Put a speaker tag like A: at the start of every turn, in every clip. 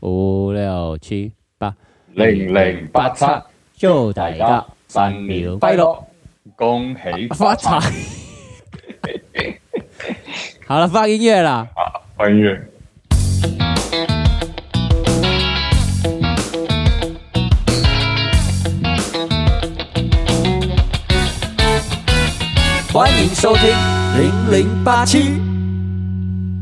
A: 五六七八，
B: 零零八七，
A: 祝大
B: 大
A: 家
B: 家
A: 新
B: 新
A: 年
B: 年
A: 快樂，
B: 快樂，恭喜
A: 發 財！好了，放音樂啦。
B: 欢乐。
C: 欢迎收听零零八七。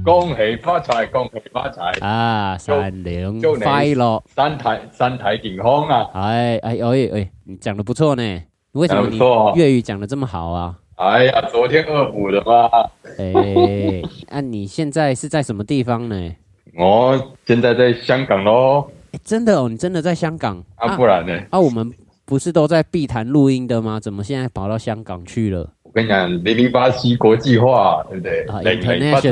B: 恭喜发财，恭喜发财，
A: 啊，善良
B: 祝你
A: 快乐，
B: 身体身体健康啊！
A: 哎哎哎哎，你讲的不错呢，为什么
B: 讲得不错哦
A: 你粤语讲的这么好啊？
B: 哎呀，昨天二五的嘛，
A: 哎，啊，你现在是在什么地方呢？
B: 我现在在香港喽，
A: 哎真的哦，你真的在香港
B: 啊，不然呢？
A: 啊？我们不是都在碧潭录音的吗？怎么现在跑到香港去了？
B: 我跟你讲，零零八七国际化，对不对
A: 啊？
B: 零零八七，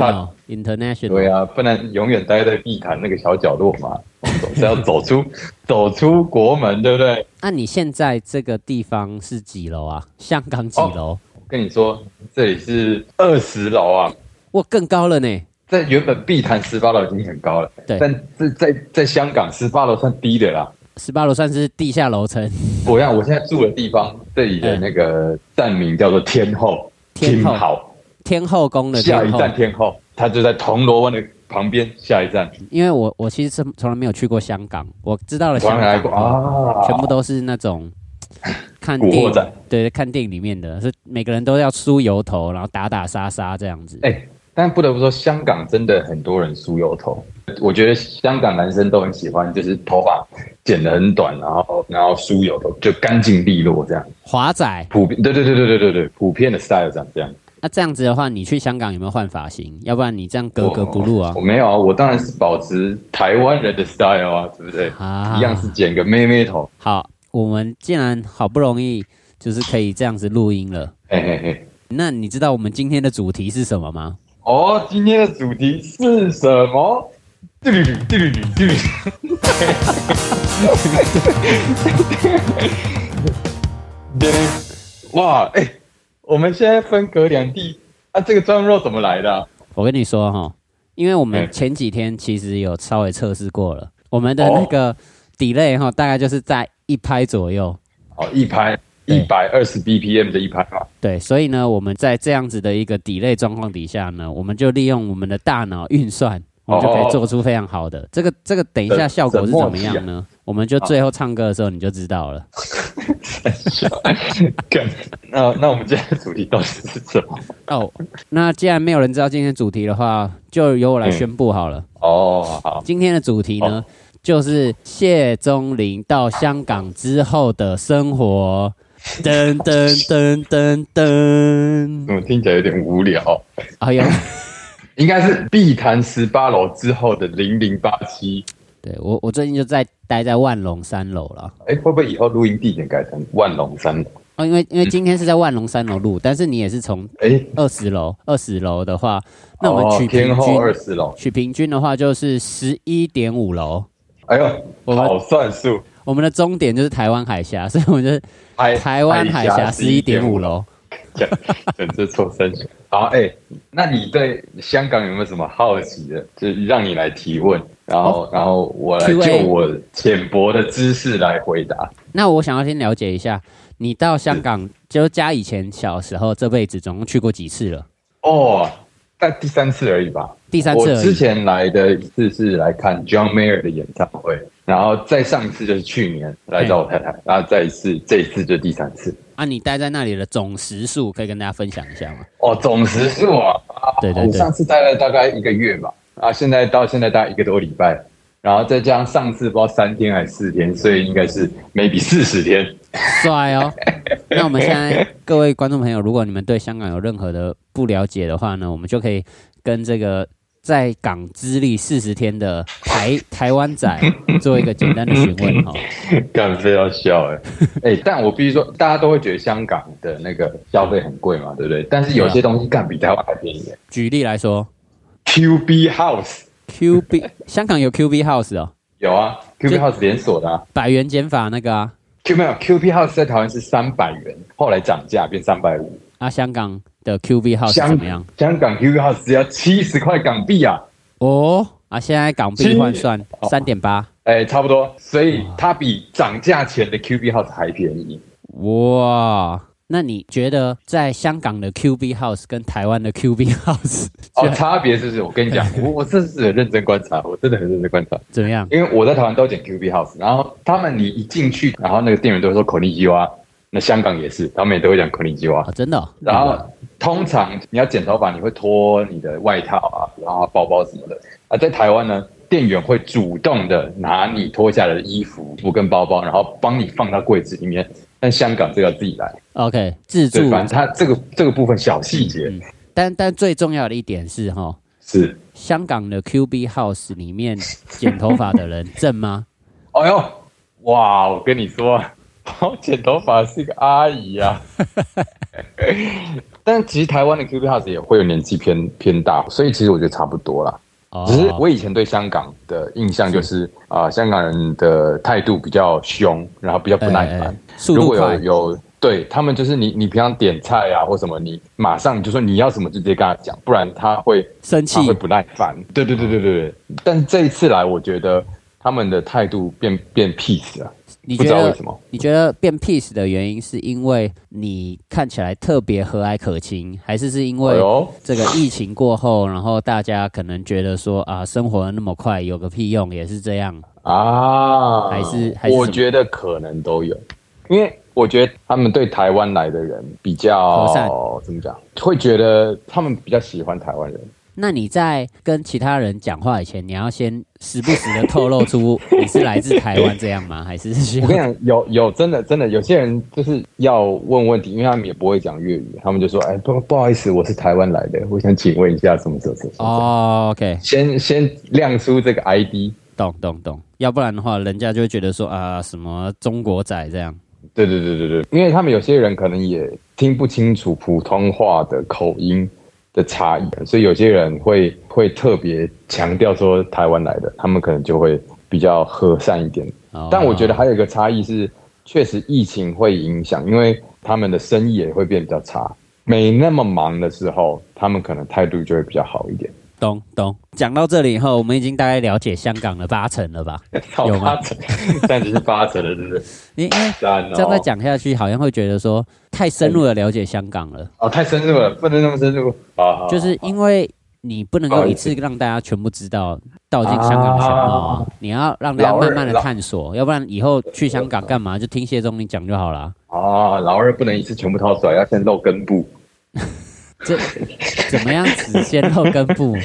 A: ，international，international，
B: 对啊，不能永远待在地毯那个小角落嘛，我们总是要走出 走出国门，对不对？
A: 那、啊你现在这个地方是几楼啊？ 香港几楼？
B: 我跟你说，这里是二十楼啊，
A: 哇，更高了呢！
B: 在原本碧潭十八楼已经很高了，
A: 对
B: 但是在在香港十八楼算低的啦。
A: 十八楼算是地下楼层，
B: 我让我现在住的地方，这里的那个站名叫做天后，
A: 天后
B: 好，
A: 天后宫的
B: 下
A: 天
B: 一
A: 后。
B: 站天后，它就在铜锣湾的旁边，下一站，
A: 因为我我其实从从来没有去过香港，我知道了
B: 从
A: 香
B: 来来过
A: 港，
B: 啊，
A: 全部都是那 种看
B: 古
A: 电
B: 惑
A: 影
B: 仔，
A: 对，看电影里面的，是每个人都要梳油头，然后打打杀杀这样子。
B: 哎、但不得不说，香港真的很多人梳油头，我觉得香港男生都很喜欢，就是头发剪得很短，然后然后梳油头，就干净利落这样，
A: 华仔，
B: 普遍，对对对对对对对，普遍的 style 长这样。
A: 那、这样子的话，你去香港有没有换发型？要不然你这样格格不入啊
B: 我！没有啊，我当然是保持台湾人的 style 啊，对不对？
A: 啊
B: 一样是剪个妹妹头，
A: 好，我们既然好不容易就是可以这样子录音了，
B: 嘿嘿嘿。
A: 那你知道我们今天的主题是什么吗？
B: 哦，今天的主题是什么？嘟噜嘟噜嘟噜嘟噜。哇，哎、我们现在分隔两地啊，这个装肉怎么来的啊、
A: 我跟你说哈，因为我们
B: 嗯
A: 前几天其实有稍微测试过了，我们的
B: 哦
A: 那个 delay 哈，大概就是在一拍左右。
B: 哦，一拍
A: 对
B: 一百二十 BPM 的一拍嘛。
A: 对，所以呢，我们在这样子的一个 delay 状况底下呢，我们就利用我们的大脑运算，我们就可以做出非常好的。这个这个，等一下
B: 怎
A: 效果是
B: 怎
A: 怎
B: 么
A: 么样呢？我们就最后唱歌的时候你就知道了。
B: 干那那我们今天的主题到底是什么？
A: 哦，那既然没有人知道今天主题的话，就由我来宣布好了。
B: 哦，好，
A: 今天的主题呢，就是谢钟林到香港之后的生活。噔噔噔噔噔，
B: 怎么嗯听起来有点无聊？
A: 哎呦，
B: 应该是碧潭十八楼之后的零零八七。
A: 对我我最近就在待在万隆三楼了。
B: 哎，会不会以后录音地点改成万隆三楼？
A: 哦，因为因为今天是在万隆三楼录，但是你也是从
B: 哎，
A: 二十楼，二十楼的话，那我们
B: 哦
A: 取平
B: 天后二
A: 均，
B: 十楼。
A: 取平均的话就是十一点五楼。
B: 哎呦，
A: 我们
B: 好算数，
A: 我们的终点就是台湾海峡， 所以我们就是
B: 台
A: 台湾海峡十一点五。楼。
B: 讲讲这错三小。好，哎，那你对香港有没有什么好奇的？就是让你来提问，然后、
A: 哦
B: 然后我来
A: Q&A
B: 就我浅薄的知识来回答。
A: 那我想要先了解一下，你到香港就加以前小时候这辈子总共去过几次了？
B: 哦，但第三次而已吧。
A: 第三
B: 我
A: 次而
B: 之
A: 已。
B: 前来的一次是来看 John Mayer 的演唱会，然后再上一次就是去年来找我太太，然后再一次，这一次就第三次。
A: 啊，你待在那里的总时数可以跟大家分享一下吗？
B: 哦，总时数啊，啊
A: 对对对
B: 我上次待了大概一个月吧，啊，现在到现在大概一个多礼拜，然后再加上上次不知道三天还是四天，所以应该是 maybe 四十天。
A: 帅哦！那我们现在各位观众朋友，如果你们对香港有任何的不了解的话呢，我们就可以跟这个在港资历四十天的台台湾仔做一个简单的询问哈、哦。
B: 干非要笑 哎、欸、但我必须说，大家都会觉得香港的那个消费很贵嘛，对不对？但是有些东西干比台湾还便宜、欸。
A: 举例来说
B: Q B House
A: ，Q B 香港有 Q B House 哦，
B: 有啊，Q B
A: 就
B: House 连锁的啊。
A: 百元减法那个啊，
B: Q 没有 Q B House 在台湾是三百元，后来涨价变三百五。
A: 啊香港的 Q B House
B: 香
A: 怎么样？
B: 香港 Q B House 只要七十块港币啊！
A: 哦，啊，现在港币换算三点八，
B: 哎，差不多，所以它比涨价前的 Q B House 还便宜。
A: 哇！那你觉得在香港的 QB House 跟台湾的 QB House
B: 哦，差别就是我跟 你讲，我我这是很认真观察，我真的很认真观察，
A: 怎么样？
B: 因为我在台湾都捡 Q B House，然后他们你一进去，然后那个店员都会说口令鸡蛙，那香港也是，他们也都会讲口令鸡蛙
A: 哦，。真的哦、
B: 然后通常你要剪头发，你会脱你的外套啊，然后包包什么的。啊，在台湾呢，店员会主动的拿你脱下来的衣服、服跟包包，然后帮你放到柜子里面。但香港这个要自己来，
A: OK 自
B: 对，
A: 助，
B: 反正它这个这个部分小细节
A: 嗯但但最重要的一点是哈，
B: 是，
A: 香港的 QB House 里面剪头发的人 正吗？
B: 哎呦，哇！我跟你说，我剪头发是个阿姨 啊。但其实台湾的 Q B House 也会有年纪偏偏大，所以其实我觉得差不多啦。
A: 哦
B: 只是我以前对香港的印象就是啊、香港人的态度比较凶，然后比较不耐
A: 哎
B: 烦。
A: 哎速
B: 如
A: 度
B: 果
A: 快
B: 有，有对他们就是你你平常点菜啊或什么，你马上就说你要什么就直接跟他讲，不然他会
A: 生气
B: 他会不耐烦。对对对对对对。但这一次来，我觉得他们的态度变变 peace 了。
A: 你
B: 不
A: 觉
B: 知道
A: 得
B: 为什么
A: 你觉得变 peace 的原因是因为你看起来特别和蔼可亲，还是是因
B: 哎
A: 为
B: 呦，
A: 这个疫情过后，然后大家可能觉得说啊，生活那么快，有个屁用，也是这样。
B: 啊，
A: 还是还是
B: 我
A: 什么
B: 觉得可能都有，因为我觉得他们对台湾来的人比较
A: 和善
B: 怎么讲，会觉得他们比较喜欢台 湾人。
A: 那你在跟其他人讲话以前，你要先时不时的透露出你是来自台湾这样吗？还是需
B: 我跟你
A: 要
B: 讲，有有真的真的有些人就是要问问题，因为他们也不会讲粤语，他们就说：“哎，不不好意思，我是台湾来的，我想请问一下什么什么什么。”哦，
A: 哦？OK，
B: 先先亮出这个 ID，
A: 懂懂懂。要不然的话，人家就会觉得说啊，什么中国仔这样。
B: 对对对对对，因为他们有些人可能也听不清楚普通话的口音的差异，所以有些人会会特别强调说台湾来的，他们可能就会比较和善一点。
A: 哦
B: 但我觉得还有一个差异是，确实疫情会影响，因为他们的生意也会变得比较差。没那么忙的时候，他们可能态度就会比较好一点。
A: 懂懂。讲到这里以后，我们已经大概了解香港的 八成了吧？ 有吗
B: 八成，但只是八成了，是不是？
A: 因因为
B: 赞哦
A: 这样再讲下去，好像会觉得说太深入的了解香港了，
B: 哦，太深入了，不能那么深入。好好好
A: 就是因为你不能
B: 不
A: 够
B: 好
A: 一
B: 意思
A: 次让大家全部知道道尽香港的全貌啊，你要让大家慢慢的
B: 老二
A: 探索，要不然以后去香港干嘛就听谢宗林讲就好啦。
B: 哦，老二不能一次全部掏出来，要先露根部。
A: 这 怎么样子先露根 部？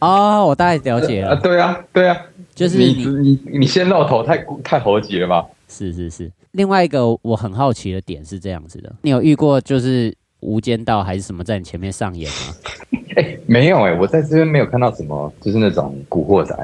A: 哦，我大概了解
B: 啊，
A: 了，
B: 对啊，对啊，
A: 就是
B: 你
A: 你
B: 你你先露头太太猴急了吧？
A: 是是是。另外一个我很好奇的点是这样子的，你有遇过就是《无间道》还是什么在你前面上演 吗？
B: 哎，没有哎、我在这边没有看到什么，就是那种古惑仔，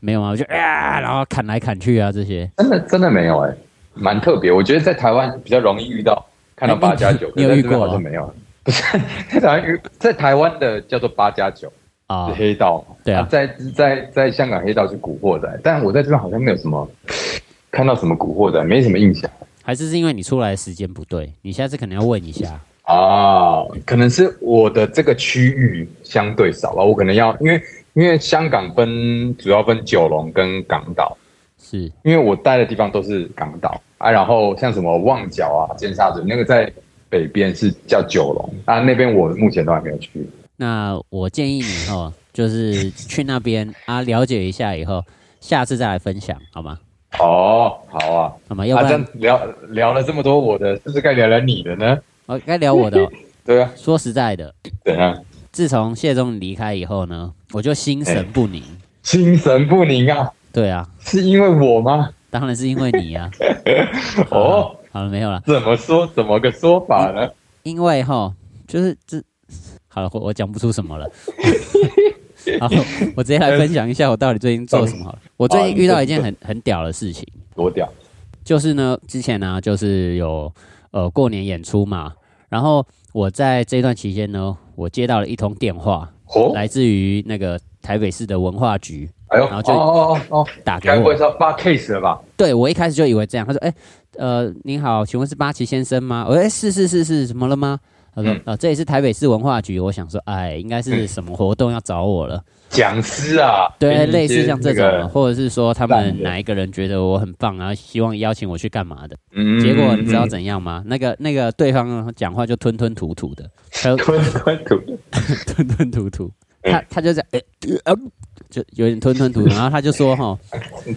A: 没有啊，我就啊，然后砍来砍去啊这些。
B: 真的真的没有哎、蛮特别。我觉得在台湾比较容易遇到，看到
A: 哎
B: 八加九，
A: 你
B: 可
A: 你有
B: 是在
A: 遇
B: 这边
A: 过啊
B: 好像没有。不是 在台湾，在台湾的叫做八加九，
A: 啊、
B: 是黑道嘛。
A: 对啊
B: 在在在香港黑道是古惑仔，但我在这边好像没有什么看到什么古惑仔，没什么印象。
A: 还是是因为你出来的时间不对，你下次可能要问一下。
B: 啊，可能是我的这个区域相对少吧，我可能要因为因为香港分主要分九龙跟港岛，
A: 是
B: 因为我待的地方都是港岛啊，然后像什么旺角啊、尖沙咀那个在北边是叫九龙啊，那边我目前都还没有去。
A: 那我建议你哦，就是去那边啊了解一下以后，下次再来分享好吗？
B: 哦，好啊，
A: 好吗？ 要
B: 啊，
A: 不
B: 这
A: 然
B: 样聊聊了这么多我的，是不是该聊聊你的呢？
A: 我该聊我的哦、
B: 对啊，
A: 说实在的，
B: 怎样？
A: 自从谢宗离开以后呢，我就心神不宁。
B: 哎心神不宁啊，
A: 对啊，
B: 是因为我吗？
A: 当然是因为你啊。
B: 哦，
A: 好了，没有了，
B: 怎么说？怎么个说法呢？
A: 因为哈，就是这好了，我我讲不出什么了。好，我直接来分享一下我到底最近做什么好了。我最近遇到一件很很屌的事情，
B: 多屌！
A: 就是呢，之前呢、就是有呃过年演出嘛，然后我在这段期间呢，我接到了一通电话，
B: 哦，
A: 来自于那个台北市的文化局
B: 哎呦，
A: 然后就
B: 哦哦哦，
A: 打给
B: 该不
A: 我
B: 会。是要发 case 了吧？
A: 对我一开始就以为这样，他说：“哎、呃，您好，请问是八旗先生吗？”我说：“哎、是是是是，怎么了吗？”他说
B: 嗯：“
A: 啊，这里是台北市文化局。”我想说，哎，应该是什么活动要找我了？
B: 讲师啊，给
A: 对，
B: 你一
A: 类似
B: 些
A: 像这
B: 嗯那
A: 种啊
B: 个
A: 的，或者是说他
B: 烂
A: 们
B: 人
A: 哪一个人觉得我很棒，然后希望邀请我去干嘛的？
B: 嗯
A: 结果你知道
B: 嗯
A: 怎样吗？那个那个对方讲话就吞吞吐吐的，他就
B: 吞吞吐吐，
A: 吞吞吐吐，
B: 哎
A: 他他就在呃呃呃就有点吞吞 吐吐，然后他就说哈，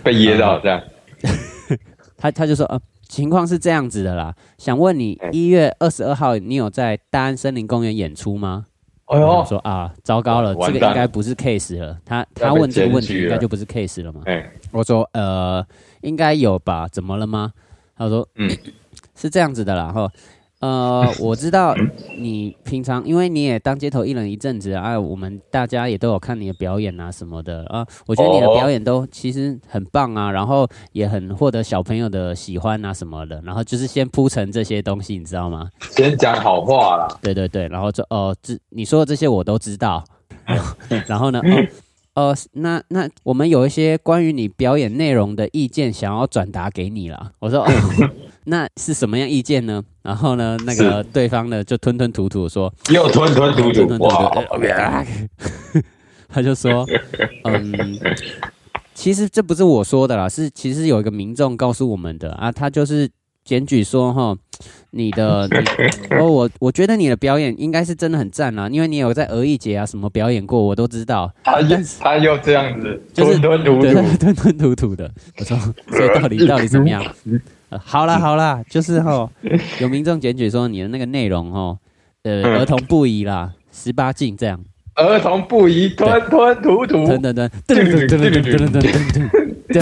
B: 被噎到这样。
A: 嗯他他就说呃情况是这样子的啦，想问你
B: 哎
A: 一月二十二号你有在大安森林公园演出吗？
B: 哎
A: 我
B: 呦
A: 想，说啊，糟糕了，这
B: 完
A: 个
B: 蛋
A: 应该不是 case 了。他他问这个问题应该就不是 case 了嘛？
B: 哎，
A: 我说呃，应该有吧？怎么了吗？他说
B: 嗯，
A: 是这样子的啦，哈，呃，我知道你平常因为你也当街头艺人一阵子啊，啊我们大家也都有看你的表演啊什么的啊，我觉得你的
B: 哦
A: 表演都其实很棒啊，然后也很获得小朋友的喜欢啊什么的，然后就是先铺陈这些东西，你知道吗？
B: 先讲好话啦。
A: 对对对，然后就哦，这你说的这些我都知道。 然后呢，哦，呃，那那我们有一些关于你表演内容的意见想要转达给你啦。我说，哦、 那是什么样意见呢？然后呢，那个对方呢就吞吞吐吐说，
B: 又吞吞吐
A: 吞
B: 吐
A: 吞，吐吐
B: 哇，
A: 呃呃，他就说，嗯。其实这不是我说的啦，是其实有一个民众告诉我们的啊，他就是检举说哈，你的你哦，我我觉得你的表演应该是真的很赞啦，因为你有在鹅艺节啊什么表演过，我都知道，
B: 他又
A: 但是
B: 他又这样子
A: 就是
B: 吞吞吐
A: 对
B: 吐，
A: 吞吞吐吐的。我说，所以到底到底怎么样？呃好啦好啦，就是哈，有民众检举说你的那个内容哦，呃，
B: 嗯
A: 儿童不宜啦，十八禁这样，
B: 儿童不宜吞吞吐吐，
A: 等等等等等等等等等等等等等。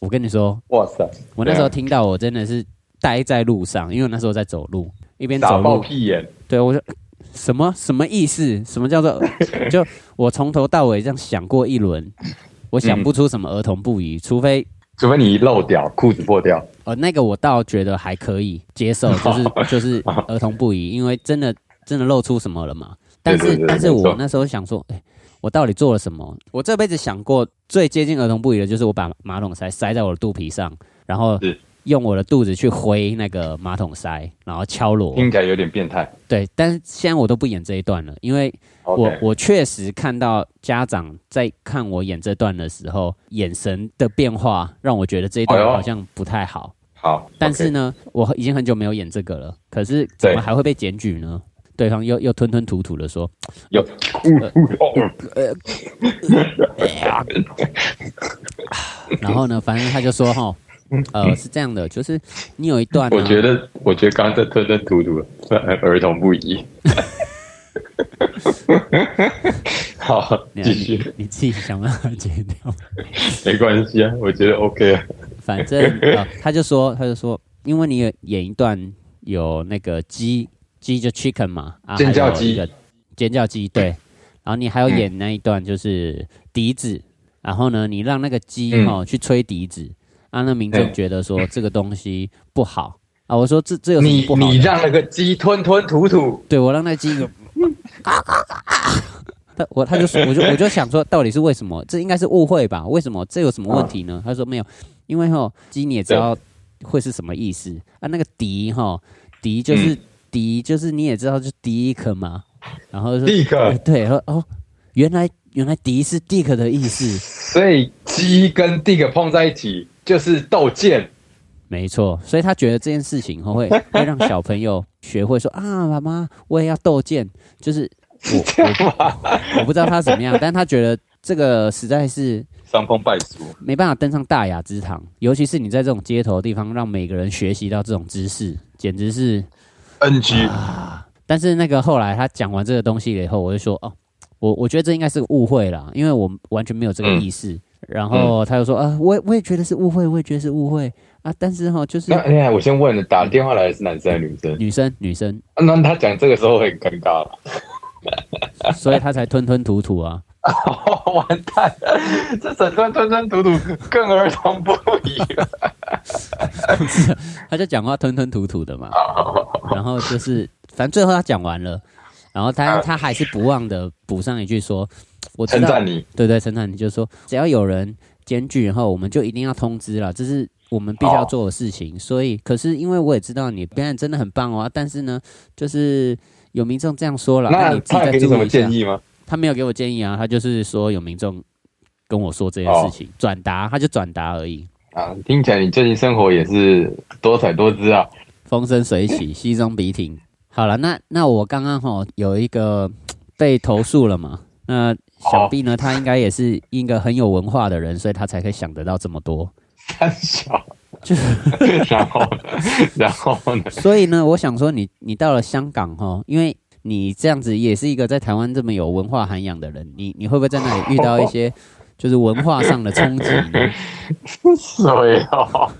A: 我跟你说，
B: 哇塞，
A: 我那时候听到，我真的是呆在路上，因为我那时候在走路，一边
B: 打
A: 走
B: 爆
A: 路，
B: 屁眼，
A: 对我就什么什么意思？什么叫做？就我从头到尾这样想过一轮，我想不出什么儿童不宜，除非
B: 除非你一漏掉，裤子破掉，
A: 呃那个我倒觉得还可以接受， 就是就是儿童不宜，因为真的真的露出什么了嘛。但
B: 对
A: 是
B: 对对
A: 但是
B: 没错
A: 我那时候想说，哎、我到底做了什么？我这辈子想过最接近儿童不宜的就是我把马桶塞塞在我的肚皮上，然后
B: 是
A: 用我的肚子去挥那个马桶塞，然后敲锣。
B: 听起来有点变态。
A: 对，但是现在我都不演这一段了，因为我
B: OK，
A: 我确实看到家长在看我演这段的时候，眼神的变化让我觉得这一
B: 哎
A: 段
B: 呦
A: 好像不太好。
B: 好，
A: 但是
B: OK，
A: 呢，我已经很久没有演这个了，可是怎么
B: 对
A: 还会被检举呢？对方又又吞吞吐吐的 说
B: 有，呜呜哦，：“
A: 然后呢，反正他就说哈，呃，是这样的，就是你有一段、啊，
B: 我觉得我觉得刚刚在吞吞吐吐，儿童不宜。好，
A: 你
B: 继续。
A: 你你自己想办法解掉。
B: 没关系啊，我觉得 OK 啊。
A: 反 正、呃、他就说，他就说，因为你有演一段有那个鸡鸡就 chicken 嘛，啊，
B: 尖叫
A: 还有
B: 鸡嗯
A: 一个尖叫鸡对，然后你还有演那一段就是笛子，然后呢，你让那个鸡
B: 嗯
A: 哦、去吹笛子，啊，那民众
B: 对
A: 觉得说这个东西不好啊，我说这这有什么
B: 你
A: 不好
B: 你
A: 的？
B: 让那个鸡吞吞吐吐，
A: 对我让那鸡。他我他就说，我就我就想说，到底是为什么？这应该是误会吧？为什么这有什么问题呢？他说没有，因为吼鸡你也知道会是什么意思啊？那个笛吼笛就是笛，就是你也知道就笛可嘛。然后就说
B: 立刻，
A: 对，然后哦，原来原来笛是 dick 的意思，
B: 所以鸡跟 dick 碰在一起就是斗剑。
A: 没错。所以他觉得这件事情吼会会让小朋友学会说啊，妈妈我也要斗剑，就是我我我不知道他怎么样，但他觉得这个实在是
B: 伤风败俗，
A: 没办法登上大雅之堂，尤其是你在这种街头的地方，让每个人学习到这种知识，简直是
B: NG，
A: 啊！但是那个后来他讲完这个东西了以后，我就说哦，我我觉得这应该是个误会啦，因为我完全没有这个意识。然后他就说啊，我也我也觉得是误会，我也觉得是误会啊，但是哈，就是
B: 那哎呀，我先问了，打电话来的是男生还是女生？
A: 女生女生，
B: 啊那他讲这个时候会很尴尬了，
A: 所以他才吞吞吐吐啊。
B: 完蛋了，这整段吞吞吐吐更儿童不宜了。
A: 他就讲话吞吞吐吐的嘛，
B: 哦
A: 然后就是，反正最后他讲完了，然后他他还是不忘的补上一句说，我知
B: 称
A: 道，
B: 赞你，
A: 对对，陈产你就说，只要有人检举后，我们就一定要通知了，这是我们必须
B: 哦
A: 要做的事情。所以，可是因为我也知道你表演真的很棒哦，啊但是呢，就是有民众这样说了，那
B: 那
A: 你自
B: 他
A: 己
B: 有
A: 再
B: 给你什
A: 注意
B: 么
A: 一下
B: 建。议吗？
A: 他没有给我建议啊，他就是说有民众跟我说这件
B: 哦
A: 事情，转达他就转达而已，
B: 啊，听起来你最近生活也是多彩多姿啊。
A: 风生水起， 西装笔挺。好了，那那我刚刚吼有一个被投诉了嘛，那想必
B: 哦
A: 呢，他应该也是一个很有文化的人，所以他才可以想得到这么多。
B: 三小，
A: 就是
B: 然 后呢，然后呢？
A: 所以呢，我想说你，你到了香港哈，因为你这样子也是一个在台湾这么有文化涵养的人，你你会不会在那里遇到一 些就是文化上的冲击呢？
B: 所以哦，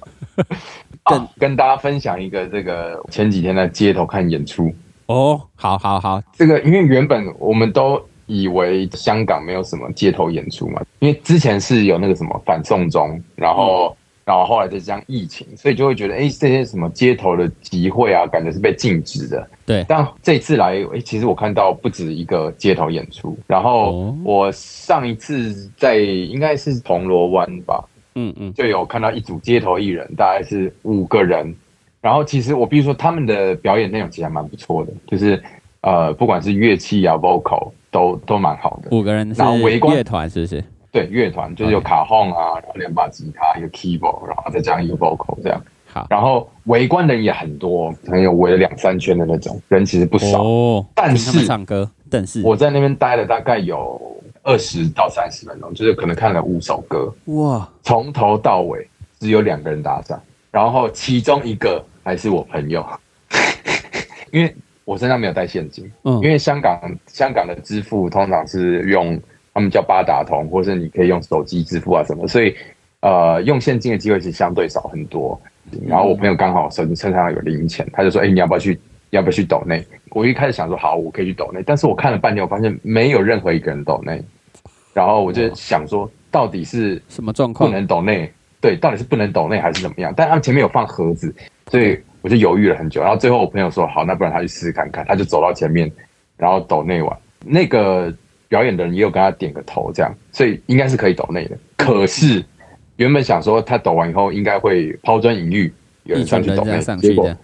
A: 更
B: 啊跟大家分享一个这个前几天在街头看演出，
A: 哦，好好好，
B: 这个因为原本我们都以为香港没有什么街头演出嘛，因为之前是有那个什么反送中，然后、
A: 嗯
B: 然后后来再加上疫情，所以就会觉得哎、诶这些什么街头的集会啊，感觉是被禁止的。
A: 对，
B: 但这次来，诶，其实我看到不止一个街头演出，然后
A: 哦
B: 我上一次在应该是铜锣湾吧，
A: 嗯嗯，
B: 就有看到一组街头艺人，大概是五个人。然后其实我必须说，他们的表演内容其实还蛮不错的，就是呃，不管是乐器啊、vocal 都都蛮好的。
A: 五个人是
B: 然后围观
A: 乐团是不是？
B: 对，乐团就是有卡轰啊，然后两把吉他，一个 keyboard，然后再加上一个 vocal 这样。
A: 好，
B: 然后围观的人也很多，可能有围了两三圈的那种人，其实不少。
A: 哦，
B: 但
A: 听他们
B: 是
A: 唱歌，但是
B: 我在那边待了大概有二十到三十分钟，就是可能看了五首歌。
A: 哇，
B: 从头到尾只有两个人打赏，然后其中一个还是我朋友， 因为我身上没有带现金，
A: 嗯
B: 因为香港香港的支付通常是用他们叫八达通，或是你可以用手机支付啊什么，所以呃用现金的机会是相对少很多。然后我朋友刚好手机身上有零钱，他就说：“哎、你要不要去？要不要去抖内？”我一开始想说：“好，我可以去抖内。”但是我看了半天，我发现没有任何一个人抖内。然后我就想说，到底是
A: 什么状
B: 不
A: 况？
B: 能抖内，对，到底是不能抖内还是怎么样？但他们前面有放盒子，所以我就犹豫了很久。然后最后我朋友说好，那不然他去试试看看，他就走到前面，然后抖内完，那个表演的人也有跟他点个头，这样，所以应该是可以抖内的。可是原本想说他抖完以后应该会抛砖引玉，有
A: 一
B: 人
A: 群
B: 上去
A: 人
B: 抖
A: 这
B: 内
A: 样，上
B: 结
A: 去
B: 果
A: 的，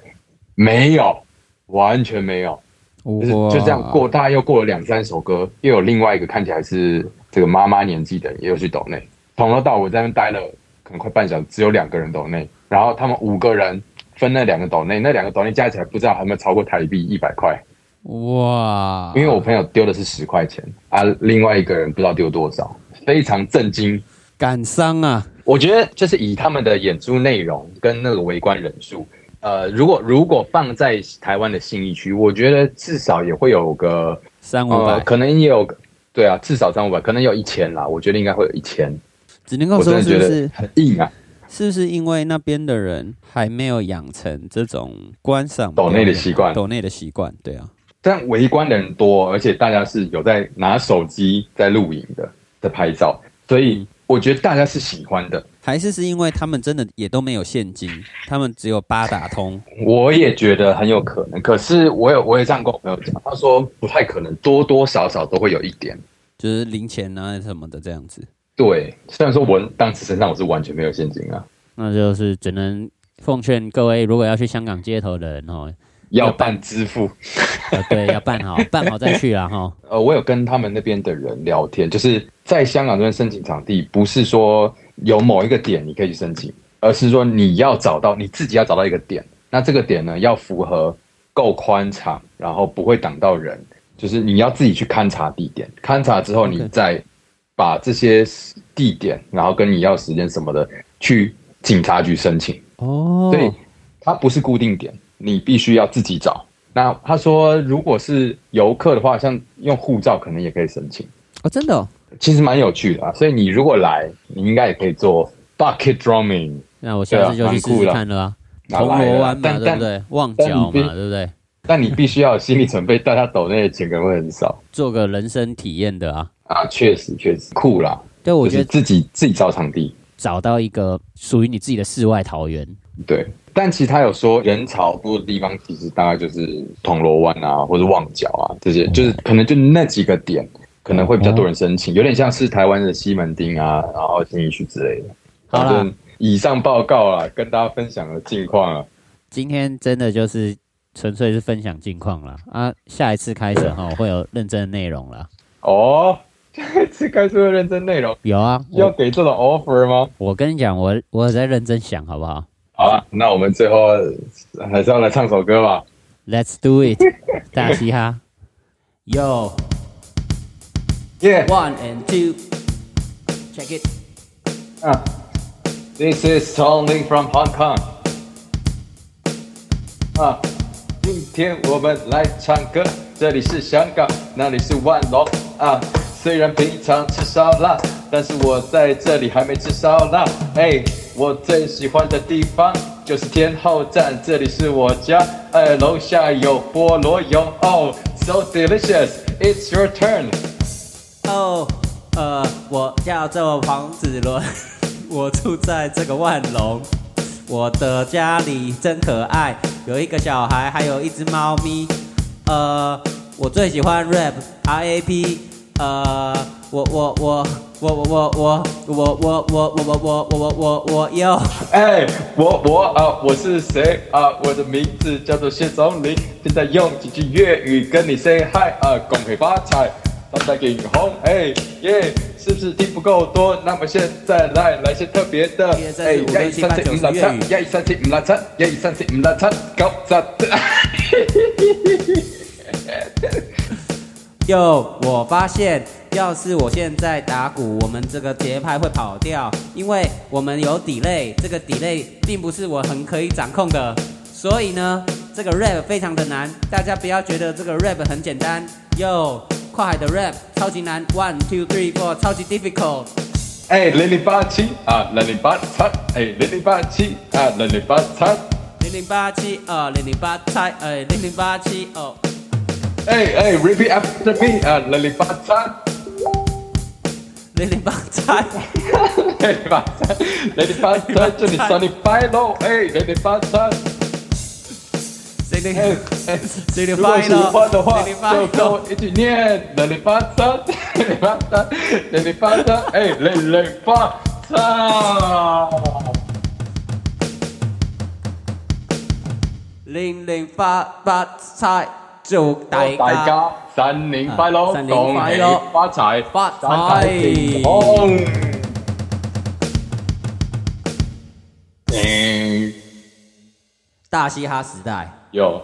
B: 没有，完全没有。就是
A: 哇
B: 就这样过，大概又过了两三首歌，又有另外一个看起来是这个妈妈年纪的人，也有去抖内，从头到尾在那边待了可能快半小时，只有两个人抖内，然后他们五个人分那两个抖内，那两个抖内加起来不知道还有没有超过台币一百块，
A: 哇，
B: 因为我朋友丢的是十块钱啊，另外一个人不知道丢多少，非常震惊。
A: 感伤啊，
B: 我觉得就是以他们的演出内容跟那个围观人数，呃，如果如果放在台湾的信义区，我觉得至少也会有个
A: 三五
B: 呃，
A: 百，
B: 可能也有，对啊，至少三五百，可能有一千啦，我觉得应该会有一千。
A: 只能够
B: 我真
A: 说
B: 的
A: 是
B: 觉
A: 不
B: 得
A: 是
B: 很硬啊，
A: 是不是因为那边的人还没有养成这种观赏啊
B: 抖内的习惯
A: 抖内的习惯，对啊，
B: 但围观的人多，而且大家是有在拿手机在录影的，在拍照，所
A: 嗯
B: 以我觉得大家是喜欢的。
A: 还是是因为他们真的也都没有现金，他们只有八达通，
B: 我也觉得很有可能，可是我有我也这样跟我朋友讲，他说不太可能，多多少少都会有一点。
A: 就是零钱啊什么的这样子，
B: 对，虽然说我当时身上我是完全没有现金啊，
A: 那就是只能奉劝各位，如果要去香港街头的人哦，
B: 要办支付。
A: 呃，对，要办好，办好再去啦哈。
B: 呃，我有跟他们那边的人聊天，就是在香港这边申请场地，不是说有某一个点你可以去申请，而是说你要找到你自己要找到一个点，那这个点呢要符合够宽敞，然后不会挡到人，就是你要自己去勘察地点，勘察之后
A: OK
B: 你再把这些地点，然后跟你要时间什么的去警察局申请。
A: 哦，
B: 所以它不是固定点，你必须要自己找。那他说，如果是游客的话，像用护照可能也可以申请，
A: 哦，真的、哦，
B: 其实蛮有趣的啊。所以你如果来，你应该也可以做 bucket drumming，
A: 那我下次就去试试
B: 对啊蛮酷的
A: 看了啊。
B: 哪
A: 铜
B: 来的
A: 锣
B: 啊
A: 湾嘛，
B: 但
A: 对不
B: 但
A: 对？旺
B: 但
A: 角嘛，
B: 你必
A: 对不对？
B: 但你必须要有心理准备，大家抖那的钱可能会很少
A: 做个人生体验的啊。
B: 啊。确实，确实酷啦，
A: 对，我
B: 就
A: 觉
B: 是
A: 得
B: 自己自己找场地。
A: 找到一个属于你自己的世外桃源，
B: 对，但其实他有说人潮多的地方，其实大概就是铜锣湾啊，或者旺角啊这
A: 嗯
B: 些，就是可能就那几个点可能会比较多人申请，有点像是台湾的西门町啊，然后新义区之类的。
A: 好啦
B: 反正以上报告啊，跟大家分享的近况啊，
A: 今天真的就是纯粹是分享近况啦。啊，下一次开始 哈会有认真的内容啦。
B: 哦， 这次该是会认真内容，
A: 有啊，
B: 要
A: 我
B: 给这种 offer 吗？
A: 我跟你讲，我我有在认真想，好不好
B: 好啊，那我们最后还是要来唱首歌吧。
A: ？Let's do it，大嘻哈。Yo
B: 耶、
A: one and two，check it。
B: 啊 This is Tony from Hong Kong。啊，今天我们来唱歌，这里是香港，那里是万隆啊。虽然平常吃烧腊，但是我在这里还没吃烧腊。哎，我最喜欢的地方就是天后站，这里是我家。哎，楼下有菠萝油哦，so delicious，it's your turn。
D: 哦，呃，我叫做黄子伦，我住在这个万隆，我的家里真可爱，有一个小孩，还有一只猫咪。呃，我最喜欢 rap R A P，呃，我我我我我我我我我我我我我我我我哟。
B: 哎，我我啊，我是谁啊？我的名字叫做谢宗林，现在用几句粤语跟你 say hi 啊，恭喜发财，招财进红，哎耶！是不是听不够多？那么现在来来些特别的，哎
D: 一二三四五六七八九十粤语
B: 一二三四五六七，一二三四五六七，九十。
D: 哟，我发现，要是我现在打鼓，我们这个节拍会跑掉，因为我们有 delay，这个 delay 并不是我很可以掌控的，所以呢，这个 rap 非常的难，大家不要觉得这个 rap 很简单，哟，跨海的 rap 超级难，one two three four 超级 difficult，
B: 哎，零零八七啊，零零八七，哎，零零八七啊，零零八七，
D: 零零八七二零零八七呃零零八七哦，
B: 哎哎，repeat after me 啊，零零八七。
D: 零零八 七，
B: 雷迪巴山，雷迪巴山，祝你生日快乐！哎，雷迪巴山，
D: 零
B: 哎
D: 零
B: 哎，
D: 零
B: 如
D: 零
B: 果
D: 八
B: 喜欢的话，
D: 零零八
B: 就跟我一起念雷迪巴山， 雷迪巴山，雷迪巴山，哎，雷雷巴山。
D: 零零八八七，祝大
B: 祝哦大家新年快樂，
D: 新年快樂
B: 恭喜發財，
D: 發財
B: 身體健康。嗯，
D: 大嘻哈时代。
B: 有。